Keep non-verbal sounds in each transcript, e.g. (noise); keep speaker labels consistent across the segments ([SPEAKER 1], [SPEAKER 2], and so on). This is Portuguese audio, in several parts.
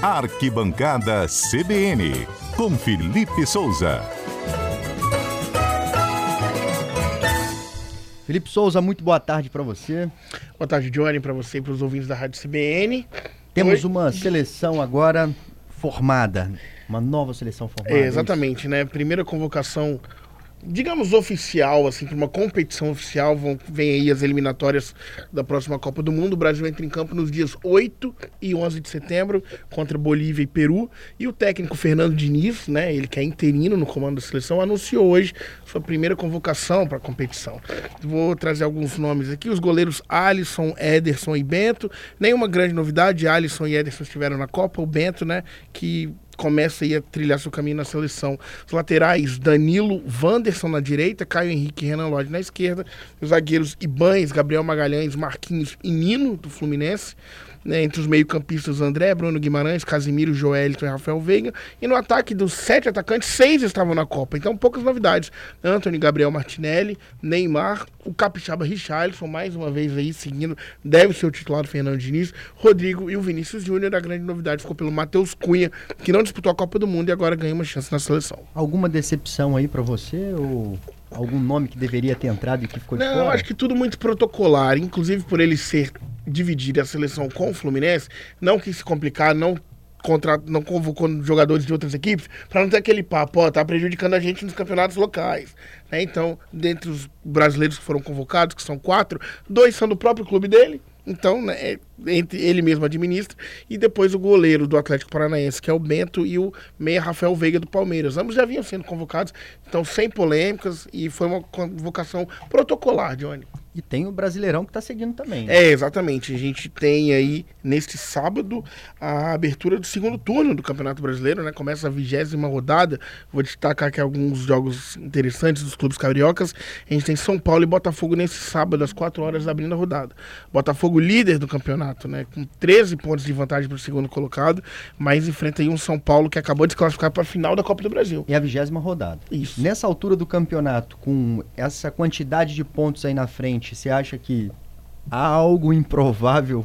[SPEAKER 1] Arquibancada CBN, com Felipe Souza.
[SPEAKER 2] Felipe Souza, muito boa tarde para você.
[SPEAKER 3] Boa tarde, Johnny, para você e para os ouvintes da Rádio CBN.
[SPEAKER 2] Temos uma seleção agora formada, uma nova seleção formada.
[SPEAKER 3] É, exatamente, né? Primeira convocação, digamos oficial, assim, para uma competição oficial. Vão, vem aí as eliminatórias da próxima Copa do Mundo. O Brasil entra em campo nos dias 8 e 11 de setembro contra Bolívia e Peru. E o técnico Fernando Diniz, né? Ele que é interino no comando da seleção, anunciou hoje sua primeira convocação para a competição. Vou trazer alguns nomes aqui. Os goleiros Alisson, Ederson e Bento. Nenhuma grande novidade. Alisson e Ederson estiveram na Copa. O Bento, né? Que começa aí a trilhar seu caminho na seleção. Os laterais, Danilo Wanderson na direita, Caio Henrique e Renan Lodge na esquerda. Os zagueiros Ibães, Gabriel Magalhães, Marquinhos e Nino, do Fluminense. Né, entre os meio-campistas, André, Bruno Guimarães, Casimiro, Joelito e Rafael Veiga. E no ataque dos sete atacantes, seis estavam na Copa. Então, poucas novidades. Anthony, Gabriel Martinelli, Neymar, o capixaba Richarlison, mais uma vez aí seguindo, deve ser o titular do Fernando Diniz, Rodrigo e o Vinícius Júnior. A grande novidade ficou pelo Matheus Cunha, que não disputou a Copa do Mundo e agora ganha uma chance na seleção.
[SPEAKER 2] Alguma decepção aí para você ou algum nome que deveria ter entrado e que ficou de
[SPEAKER 3] Não,
[SPEAKER 2] fora?
[SPEAKER 3] eu acho que tudo muito protocolar, inclusive por ele ser dividir a seleção com o Fluminense, não quis se complicar, não contra, não convocou jogadores de outras equipes, para não ter aquele papo, ó, tá prejudicando a gente nos campeonatos locais. Né? Então, dentre os brasileiros que foram convocados, que são quatro, dois são do próprio clube dele, então, né, entre ele mesmo administra. E depois o goleiro do Atlético Paranaense, que é o Bento, e o meia Rafael Veiga do Palmeiras. Ambos já vinham sendo convocados, então sem polêmicas, e foi uma convocação protocolar, Johnny.
[SPEAKER 2] E tem o Brasileirão que tá seguindo também. né?
[SPEAKER 3] É, exatamente. A gente tem aí, neste sábado, a abertura do segundo turno do Campeonato Brasileiro, né? Começa a vigésima rodada. Vou destacar aqui alguns jogos interessantes dos clubes cariocas. A gente tem São Paulo e Botafogo nesse sábado, às 4 horas, abrindo a rodada. Botafogo líder do campeonato, né? Com 13 pontos de vantagem para o segundo colocado, mas enfrenta aí um São Paulo que acabou de se classificar para a final da Copa do Brasil.
[SPEAKER 2] É a vigésima rodada.
[SPEAKER 3] Isso.
[SPEAKER 2] Nessa altura do campeonato, com essa quantidade de pontos aí na frente, você acha que há algo improvável?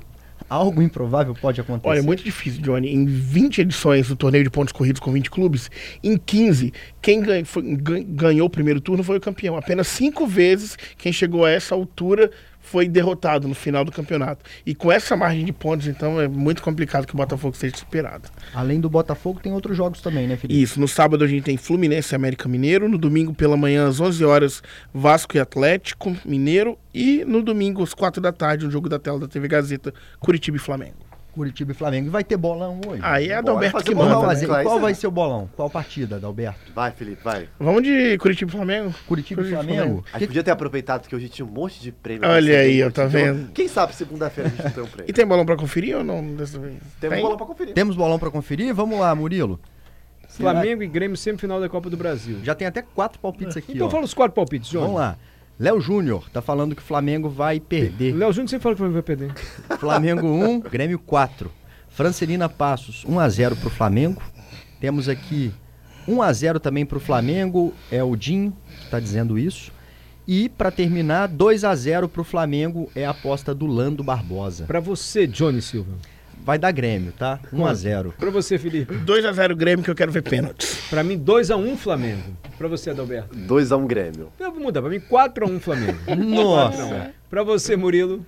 [SPEAKER 2] Algo improvável pode acontecer?
[SPEAKER 3] Olha, é muito difícil, Johnny. Em 20 edições do torneio de pontos corridos com 20 clubes, em 15, quem ganha- foi- gan- ganhou o primeiro turno foi o campeão. Apenas cinco vezes quem chegou a essa altura foi derrotado no final do campeonato. E com essa margem de pontos, então, é muito complicado que o Botafogo seja superado.
[SPEAKER 2] Além do Botafogo, tem outros jogos também, né, Felipe?
[SPEAKER 3] Isso, no sábado a gente tem Fluminense e América Mineiro, no domingo pela manhã às 11 horas Vasco e Atlético Mineiro e no domingo às 4 da tarde um jogo da tela da TV Gazeta Curitiba e Flamengo.
[SPEAKER 2] Curitiba e Flamengo. E vai ter bolão hoje.
[SPEAKER 3] Aí é
[SPEAKER 4] Bora
[SPEAKER 3] Adalberto
[SPEAKER 4] fazer
[SPEAKER 3] que
[SPEAKER 4] bolão,
[SPEAKER 3] manda.
[SPEAKER 2] Qual,
[SPEAKER 4] Manda,
[SPEAKER 2] vai
[SPEAKER 4] né?
[SPEAKER 2] ser,
[SPEAKER 4] Claro,
[SPEAKER 2] qual
[SPEAKER 4] isso
[SPEAKER 2] vai
[SPEAKER 4] não.
[SPEAKER 2] ser o bolão? Qual partida, Adalberto?
[SPEAKER 4] Vai, Felipe, vai.
[SPEAKER 3] Vamos de Curitiba e Flamengo?
[SPEAKER 2] Curitiba e Flamengo?
[SPEAKER 4] A gente podia ter aproveitado que hoje tinha um monte de prêmio.
[SPEAKER 3] Olha
[SPEAKER 4] Você tem
[SPEAKER 3] aí,
[SPEAKER 4] um
[SPEAKER 3] ó, tá
[SPEAKER 4] monte de-
[SPEAKER 3] vendo? Então,
[SPEAKER 4] Quem sabe segunda-feira a gente não tem um prêmio.
[SPEAKER 3] E tem bolão pra conferir ou não dessa vez?
[SPEAKER 4] tem um bolão pra conferir.
[SPEAKER 2] Temos bolão pra conferir? Vamos lá, Murilo.
[SPEAKER 5] Flamengo e Grêmio semifinal da Copa do Brasil.
[SPEAKER 2] Já tem até quatro palpites aqui,
[SPEAKER 5] então
[SPEAKER 2] ó.
[SPEAKER 5] fala os quatro palpites, Johnny.
[SPEAKER 2] Vamos lá. Léo Júnior tá falando que o Flamengo vai perder.
[SPEAKER 5] Léo Júnior sempre fala que o Flamengo vai perder.
[SPEAKER 2] Flamengo 1, Grêmio 4. Francelina Passos, 1 a 0 pro Flamengo. Temos aqui 1 a 0 também pro Flamengo, é o Dinho que tá dizendo isso. E pra terminar, 2 a 0 pro Flamengo é a aposta do Lando Barbosa.
[SPEAKER 5] Pra você, Johnny Silva.
[SPEAKER 2] Vai dar Grêmio, tá? 1 a 0.
[SPEAKER 5] Pra você, Felipe.
[SPEAKER 3] 2x0 Grêmio que eu quero ver pênaltis.
[SPEAKER 5] Pra mim, 2x1 Flamengo. Pra você, Adalberto.
[SPEAKER 4] 2x1 um Grêmio.
[SPEAKER 5] Eu vou mudar. Pra mim, 4x1 Flamengo.
[SPEAKER 2] Nossa.
[SPEAKER 5] Pra você, Murilo.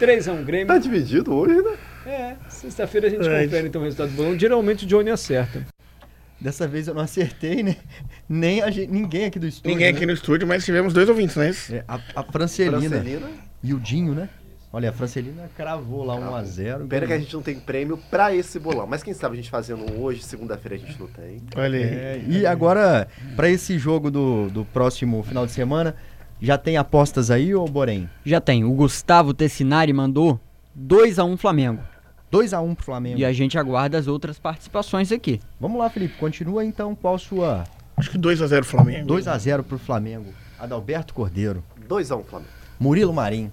[SPEAKER 5] 3x1 Grêmio.
[SPEAKER 4] Tá dividido hoje, né?
[SPEAKER 5] É, sexta-feira a gente
[SPEAKER 3] É.
[SPEAKER 5] confere então o resultado do bolão. Geralmente o Johnny acerta.
[SPEAKER 2] Dessa vez eu não acertei, né? Nem a gente- ninguém aqui do estúdio.
[SPEAKER 3] Ninguém
[SPEAKER 2] né?
[SPEAKER 3] aqui no estúdio, mas tivemos dois ouvintes, né?
[SPEAKER 2] É, a, a Francelina.
[SPEAKER 4] Francelina.
[SPEAKER 2] E o Dinho, né? Olha, a Francelina cravou lá 1 a 0.
[SPEAKER 4] Pena que a gente não tem prêmio pra esse bolão. Mas quem sabe a gente fazendo um hoje, segunda-feira a gente não tem.
[SPEAKER 3] Olha aí.
[SPEAKER 4] É.
[SPEAKER 2] É, E agora, pra esse jogo do, do próximo final de semana, já tem apostas aí, ô Borém?
[SPEAKER 6] Já tem. O Gustavo Tessinari mandou 2 a 1 Flamengo.
[SPEAKER 2] 2 a 1 pro Flamengo.
[SPEAKER 6] E a gente aguarda as outras participações aqui.
[SPEAKER 2] Vamos lá, Felipe, continua então qual sua
[SPEAKER 3] Acho que 2x0 Flamengo.
[SPEAKER 2] 2 a 0 pro Flamengo. Adalberto Cordeiro,
[SPEAKER 4] 2x1 um Flamengo.
[SPEAKER 2] Murilo Marim.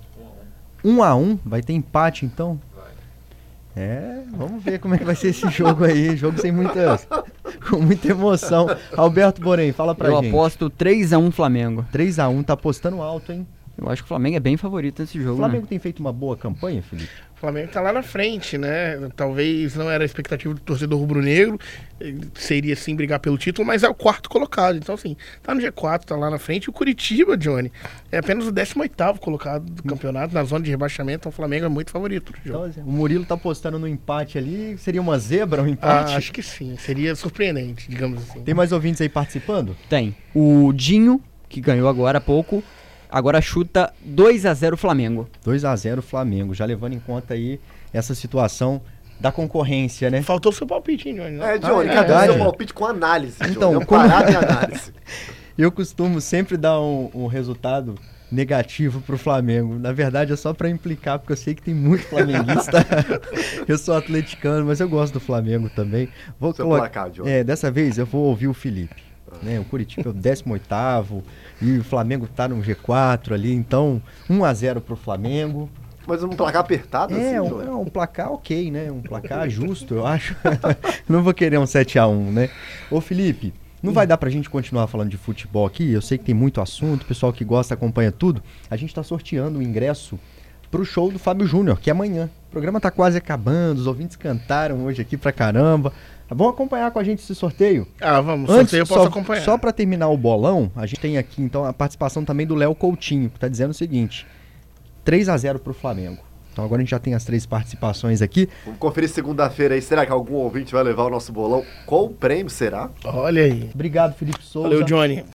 [SPEAKER 2] 1 a 1, vai ter empate então? É, vamos ver como é que vai ser esse jogo aí, jogo sem muita (laughs) com muita emoção. Alberto Borém, fala pra
[SPEAKER 6] Eu
[SPEAKER 2] gente.
[SPEAKER 6] aposto 3 a 1 Flamengo.
[SPEAKER 2] 3 a 1 tá apostando alto, hein?
[SPEAKER 6] Eu acho que o Flamengo é bem favorito nesse
[SPEAKER 2] O
[SPEAKER 6] jogo.
[SPEAKER 2] Flamengo
[SPEAKER 6] Né?
[SPEAKER 2] tem feito uma boa campanha, Felipe.
[SPEAKER 3] O Flamengo tá lá na frente, né? Talvez não era a expectativa do torcedor rubro-negro, eh, seria sim brigar pelo título, mas é o quarto colocado. Então, assim, tá no G4, tá lá na frente. E o Curitiba, Johnny, é apenas o 18 colocado do campeonato, na zona de rebaixamento. Então, o Flamengo é muito favorito.
[SPEAKER 2] Então,
[SPEAKER 3] Johnny.
[SPEAKER 2] assim, o Murilo tá apostando no empate ali. Seria uma zebra um empate?
[SPEAKER 3] Ah, acho que sim, seria surpreendente, digamos assim.
[SPEAKER 2] Tem mais ouvintes aí participando?
[SPEAKER 6] Tem o Dinho, que ganhou agora há pouco. Agora chuta 2 a 0 Flamengo.
[SPEAKER 2] 2 a 0 Flamengo, já levando em conta aí essa situação da concorrência, né?
[SPEAKER 3] Faltou o seu palpitinho, Johnny. né?
[SPEAKER 4] É, Johnny,
[SPEAKER 2] é
[SPEAKER 4] cadê o
[SPEAKER 2] verdade.
[SPEAKER 4] seu palpite com análise? Johnny?
[SPEAKER 2] Então,
[SPEAKER 4] é um
[SPEAKER 2] como-
[SPEAKER 4] parado em análise.
[SPEAKER 2] Eu costumo sempre dar um, um resultado negativo pro Flamengo. Na verdade, é só pra implicar, porque eu sei que tem muito flamenguista.
[SPEAKER 4] (laughs)
[SPEAKER 2] eu sou atleticano, mas eu gosto do Flamengo também. Vou
[SPEAKER 4] Seu
[SPEAKER 2] colocar.
[SPEAKER 4] placar, Ah. Johnny.
[SPEAKER 2] É, dessa vez eu vou ouvir o Felipe. Né? O Curitiba é o 18 e o Flamengo tá no G4 ali, então 1 a 0 pro Flamengo.
[SPEAKER 4] Mas um placar apertado, assim,
[SPEAKER 2] É, um,
[SPEAKER 4] Johnny.
[SPEAKER 2] não, um placar ok, né? Um placar justo, eu acho. (laughs) não vou querer um 7x1, né? Ô, Felipe, não vai dar pra gente continuar falando de futebol aqui? Eu sei que tem muito assunto, o pessoal que gosta acompanha tudo. A gente tá sorteando o ingresso pro show do Fábio Júnior, que é amanhã. O programa tá quase acabando, os ouvintes cantaram hoje aqui pra caramba. Vão acompanhar com a gente esse sorteio?
[SPEAKER 3] Ah, vamos,
[SPEAKER 2] Antes,
[SPEAKER 3] sorteio eu posso
[SPEAKER 2] só,
[SPEAKER 3] acompanhar.
[SPEAKER 2] só para terminar o bolão, a gente tem aqui então a participação também do Léo Coutinho, que tá dizendo o seguinte: 3 a 0 pro Flamengo. Então agora a gente já tem as três participações aqui.
[SPEAKER 4] Vamos conferir segunda-feira aí. Será que algum ouvinte vai levar o nosso bolão? Qual o prêmio será?
[SPEAKER 3] Olha aí.
[SPEAKER 2] Obrigado, Felipe Souza.
[SPEAKER 3] Valeu, Johnny.